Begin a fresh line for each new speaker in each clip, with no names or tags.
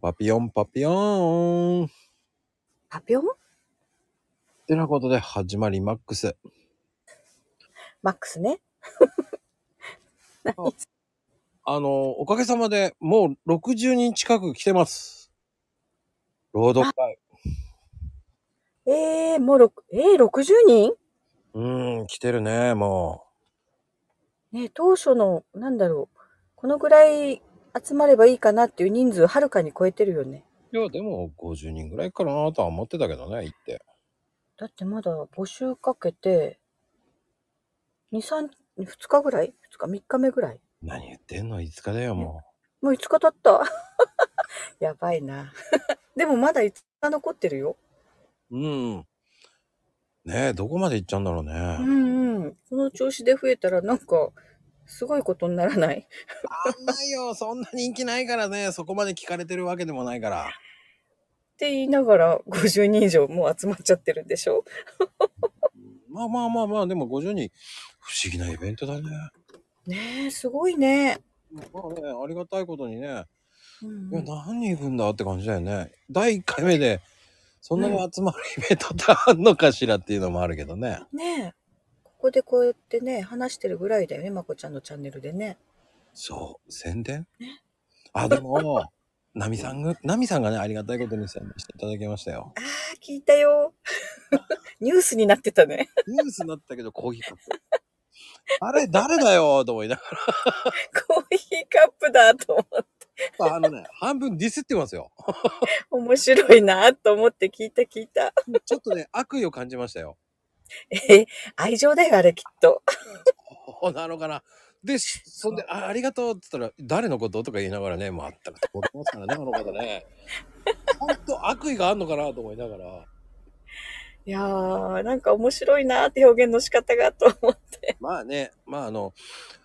パピヨンパピヨーン。
パピョン
てなことで始まりマックス。
マックスね。
あの、おかげさまでもう60人近く来てます。朗読会。
えー、もうろく、えー、60人
うーん、来てるね、も
ね、当初の、なんだろう。このぐらい集まればいいかなっていう人数をはるかに超えてるよね。
う。いや、でも50人ぐらいかなとは思ってたけどね、行って。
だってまだ募集かけて、2、3、2日ぐらい ?2 日、3日目ぐらい
何言ってんの ?5 日だよ、も
もう5日経った。やばいな。 でもまだ5日残ってるよ。
う。うん。ねえ、どこまで行っちゃうんだ ろうね。
うんうん。この調子で増えたらなんか、すごいことにならない
あんまよ、そんな人気ないからね、そこまで聞かれてるわけでもないから。
って言いながら50人以上もう集まっちゃってるんでしょ
まあまあまあまあ、でも50人、不思議なイベントだね。
ねえすごいね、
まあね、ありがたいことにね、
うん
いや、何人いるんだって感じだよね。第1回目で、そんなに集まるイベントってあんのかしらっていうのもあるけどね。
ねえここでこうやってね話してるぐらいだよねまこちゃんのチャンネルでね
そう、宣伝あ、でも、ナミさんが、ナミさんがね、ありがたいことに宣伝していただきましたよ。
あー聞い たよニュースになってたね
ニュースになったけど、コーヒーカップ。あれ、誰だよと思いなが
コーヒーカップだと思って
ら、あのね、半分ディスってますよ。
面白いなと思って聞いた聞いた
ちょっとね、悪意を感じましたよ。
え愛情だよあれきっと
そうなのかな。で、 しそんで、あありがとうって言ったら、誰のこととか言いながらね、もうあったらと思ってますからね、あの方ね。本当悪意があんのかなと思いなが ら。
いやーなんか面白いなって表現の仕方がと思って
まあね、まああの、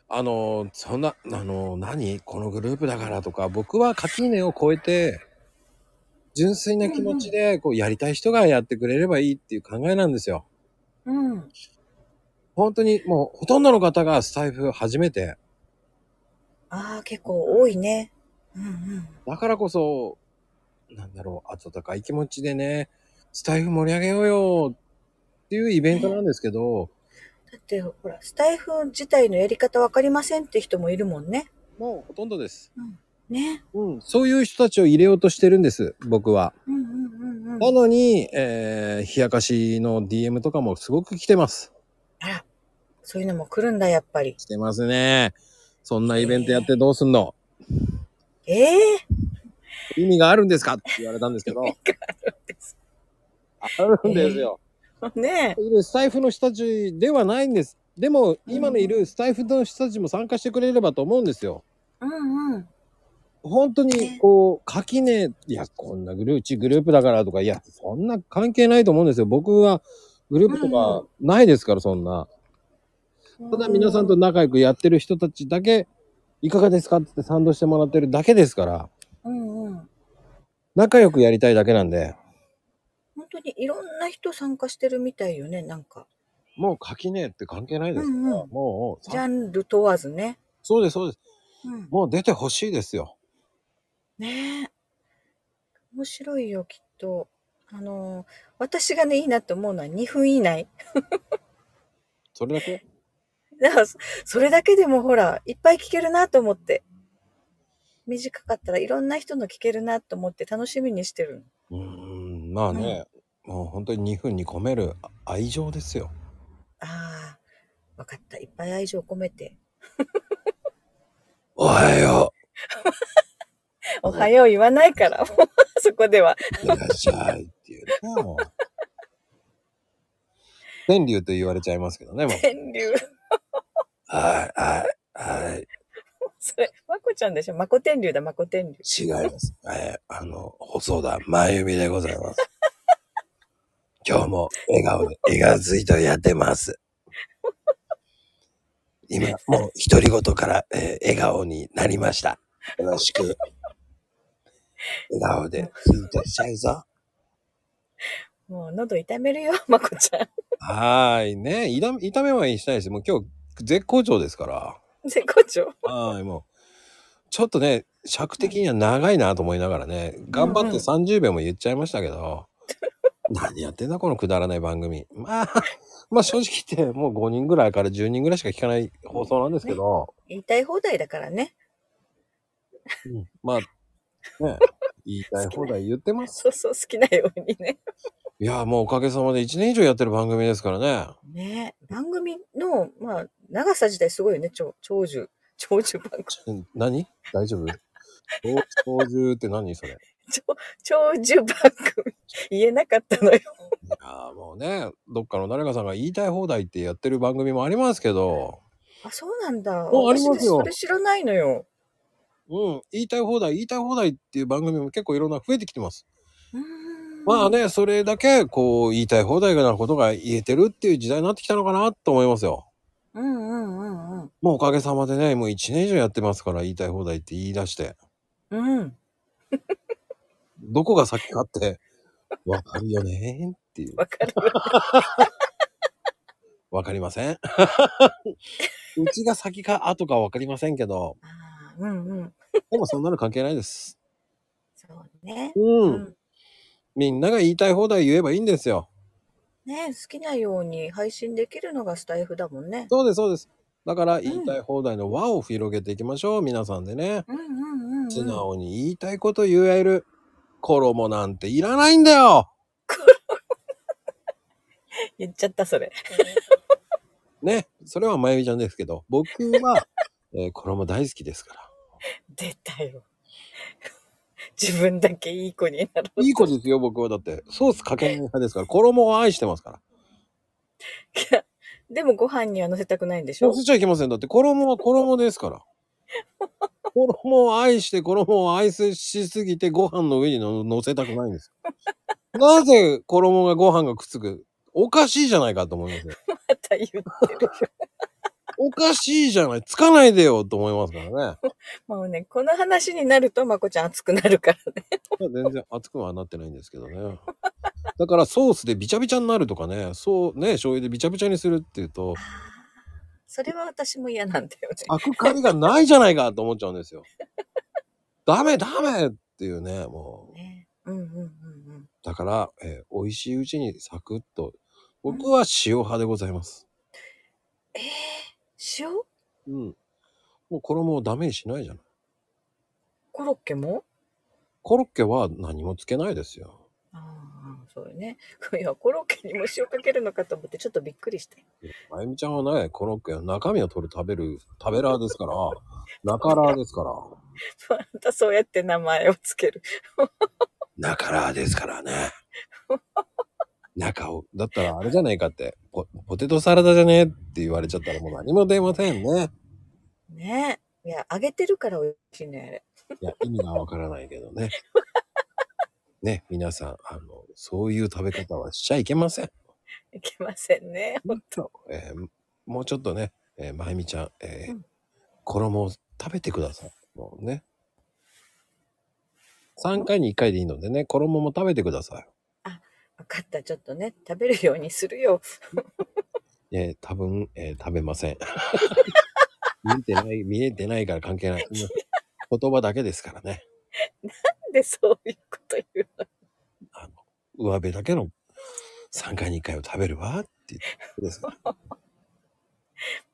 あの、そんな、あの、何このグループだからとか、僕は垣根を越えて、純粋な気持ちで、こう、やりたい人がやってくれればいいっていう考えなんですよ。
うん
本当にもう、ほとんどの方がスタイフ初めて、
ああ結構多いねうんうん
だからこそ、なんだろう、温かい気持ちでね、スタイフ盛り上げようよっていうイベントなんですけど、
だってほらスタイフ自体のやり方わかりませんって人もいるもんね。
もうほとんどです。
ね。
うん、そういう人たちを入れようとしてるんです、僕は。
うんうんうんう。
なんのに、えー、冷やかしの DM とかもすごく来てます。
あら、そういうのも来るんだやっぱり。
来てますね。そんなイベントやってどうすんの
ええ
意味があるんですかって言われたんですけど。あるんですよ。
ねえ。
いるスタイフの人たちではないんです。でも、今のいるスタイフの人たちも参加してくれればと思うんですよ。
うんうん。
本当に、こう、垣根、いや、こんなグループ、グループだからとか、いや、そんな関係ないと思うんですよ。僕は、グループとかないですから、そんな。ただ皆さんと仲良くやってる人たちだけ、いかがですかって言って賛同してもらってるだけですから、
うんうん。
仲良くやりたいだけなんで、
本当にいろんな人参加してるみたいよねなんか。
もう垣根って関係ないですから、
うんうん
もう
ジ、ャンル問わずね。
そうです、そうです。
うん。
もう出てほしいですよ。
ねえ。面白いよきっと。あのー私がねいいなって思うのは2分以内。
それだけ。
だからそ、それだけでもほら、いっぱい聞けるなと思って。短かったらいろんな人の聞けるなと思って楽しみにしてる
うーん、まあね、もう本当に2分に込める愛情ですよ。
の。ああ、わかった。いっぱい愛情込めて。
おはよう。
おはよう言わないから、もう そこでは。
いらっしゃいっていうね。もう 天竜と言われちゃいますけどね、もう。
天竜。
はい、はい、はい。
それ、まこちゃんでしょまこ天竜だ、まこ天竜。
違います。えーあの、細田真由美でござい ます。今日も笑顔で、笑顔ずいとやってます。今、もう独り言から、えー笑顔になりました。よろしく。笑顔でツイートしちゃうぞ。
もう喉痛めるよ、 まこちゃん。
はーい、ね。炒め、炒めはいいしたいです。もう今日、絶好調ですから。
絶好調。
はい、もう。ちょっとね、尺的には長いなと思いながらね、頑張って30秒も言っちゃいましたけど、何やってんだこのくだらない番組。まあ、まあ正直言ってもう5人ぐらいから10人ぐらいしか聞かない放送なんですけど、
言いたい放題だからね。
うんまあ、ね、言いたい放題言ってます。
そうそう、好きなようにね。
いや、もうおかげさまで1年以上やってる番組ですからね。
ね番組の、まあ、長さ自体すごいよね、長長寿。長寿番 組。
うん何大丈夫操縦って何それ
長長寿番組。言えなかったのよ。
いやーもうね、どっかの誰かさんが言いたい放題ってやってる番組もありますけど、
あ、そうなんだ。
おありますよ
私それ知らないのよ。
うん、言いたい放題、言いたい放題っていう番組も結構いろんな増えてきてます。
うーん
まあ。ね、それだけこう言いたい放題なことが言えてるっていう時代になってきたのかなと思いますよ。
うんうんうんうん。
もうおかげさまでね、もう1年以上やってますから言いたい放題って言い出して、
うん。
どこが先かって、わかるよねーっていう。
わかる。
わかりま せん。うちが先か後かわかりませんけど、
あーうんうん。
でもそんなの関係ないです。
そうね。
う。。
うん
みんなが言いたい放題言えばいいんですよ。
ね好きなように配信できるのがスタイフだもんね。
そうです、そうです。だから言いたい放題の輪を広げていきましょう、皆さんでね。
うんうんうん、うん。
素直に言いたいこと言える。衣なんていらないんだよ
言っちゃった、それ。
ね。それはまゆみちゃんですけど、僕 は、えー衣大好きですから。
出たよ。自分だけいい子になろう。
いい子ですよ、僕は。だって、ソースかけない派ですから、衣を愛してますから。
でもご飯には乗せたくないんでしょ
乗せちゃいけません。だって、衣は衣ですから。衣を愛して、衣を愛しすぎて、ご飯の上にの乗せたくないんですよ。なぜ衣がご飯がくっつくおかしいじゃないかと思いますよ。
また言う。
おかしいじゃない。つかないでよと思いますからね。
もうね、この話になるとまこちゃん熱くなるからね。
全然熱くはなってないんですけどね。だからソースでびちゃびちゃになるとかね、そうね、醤油でびちゃびちゃにするっていうと、
それは私も嫌なんだよね。
アクカリがないじゃないかと思っちゃうんですよ。ダメダメっていうね、もう。
ねうんうんうんうん。
だから、えー美味しいうちにサクッと。僕は塩派でございます。
えー、塩
うん。もう衣をダメにしないじゃない。
コロッケも
コロッケは何もつけないですよ。
ああ、そうよね。 いや、コロッケにも塩かけるのかと思ってちょっとびっくりした。
まゆみちゃんはね、コロッケは中身を取る食べる食べラーですから、中ラーですから。
またそうやって名前をつける。
中ラーですからね。中を、だったらあれじゃないかって、ポポテトサラダじゃねえって言われちゃったらもう何も出ませんね。
ねえ。いや、揚げてるから美味しいね、あれ。
いや、意味がわからないけど ね。ね、皆さん、あの、そういう食べ方はしちゃいけません。
いけませんね。
本当。えーもうちょっとね、えーまゆみちゃん、えー
うん
衣を食べてください。もうね。3回に1回でいいのでね、衣も食べてください。
分かった、ちょっとね、食べるようにするよ。
えー多分、えー食べま せん。見えてない、見えてないから関係 ない。もう言葉だけですからね。
なんでそういうこと言うの
上辺だけの3回に1回を食べるわって言ってですから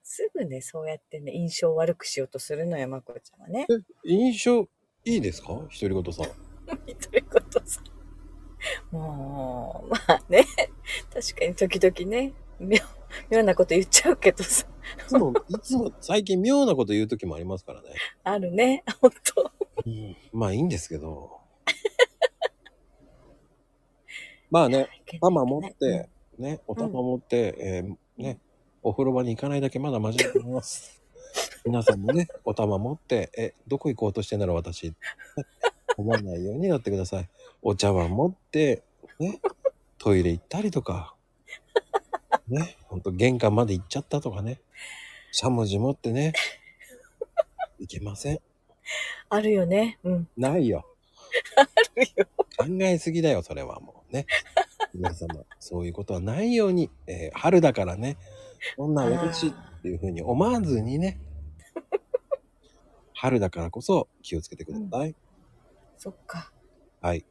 すぐね、そうやってね、印象悪くしようとするのよ、まこちゃんはね。
印象いいですか独り言さん。
ということさ。もう、まあね、確かに時々ね、妙、妙なこと言っちゃうけどさ、
いつも、いつも 最近妙なこと言う時もありますからね。
あるね、本当
まあいいんですけど。まあね、ママ持って、ね、お玉持って、えーね、お風呂場に行かないだけまだマジで思い ます。皆さんもね、お玉持って、え、どこ行こうとしてんだろう私。思わないようになってください。お茶碗持って、ね、トイレ行ったりとか、ね、ほんと玄関まで行っちゃったとかね、しゃもじ持って ね、いけません。
あるよね、うん。
ないよ。
あるよ。
考えすぎだよ、それはもうね。 皆様、そういうことはないように、えー春だから ね、そんな私っていうふうに思わずにね、春だからこそ気をつけてください。
そっか。
はい。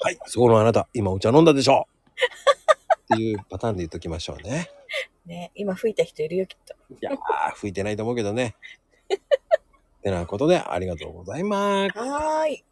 はい、そこのあなた、今お茶飲んだでしょうっていうパターンで言っときましょうね。
ね今吹いた人いるよ、きっと。
いやー、吹いてないと思うけどね。てなことで、ありがとうございます。
はーい。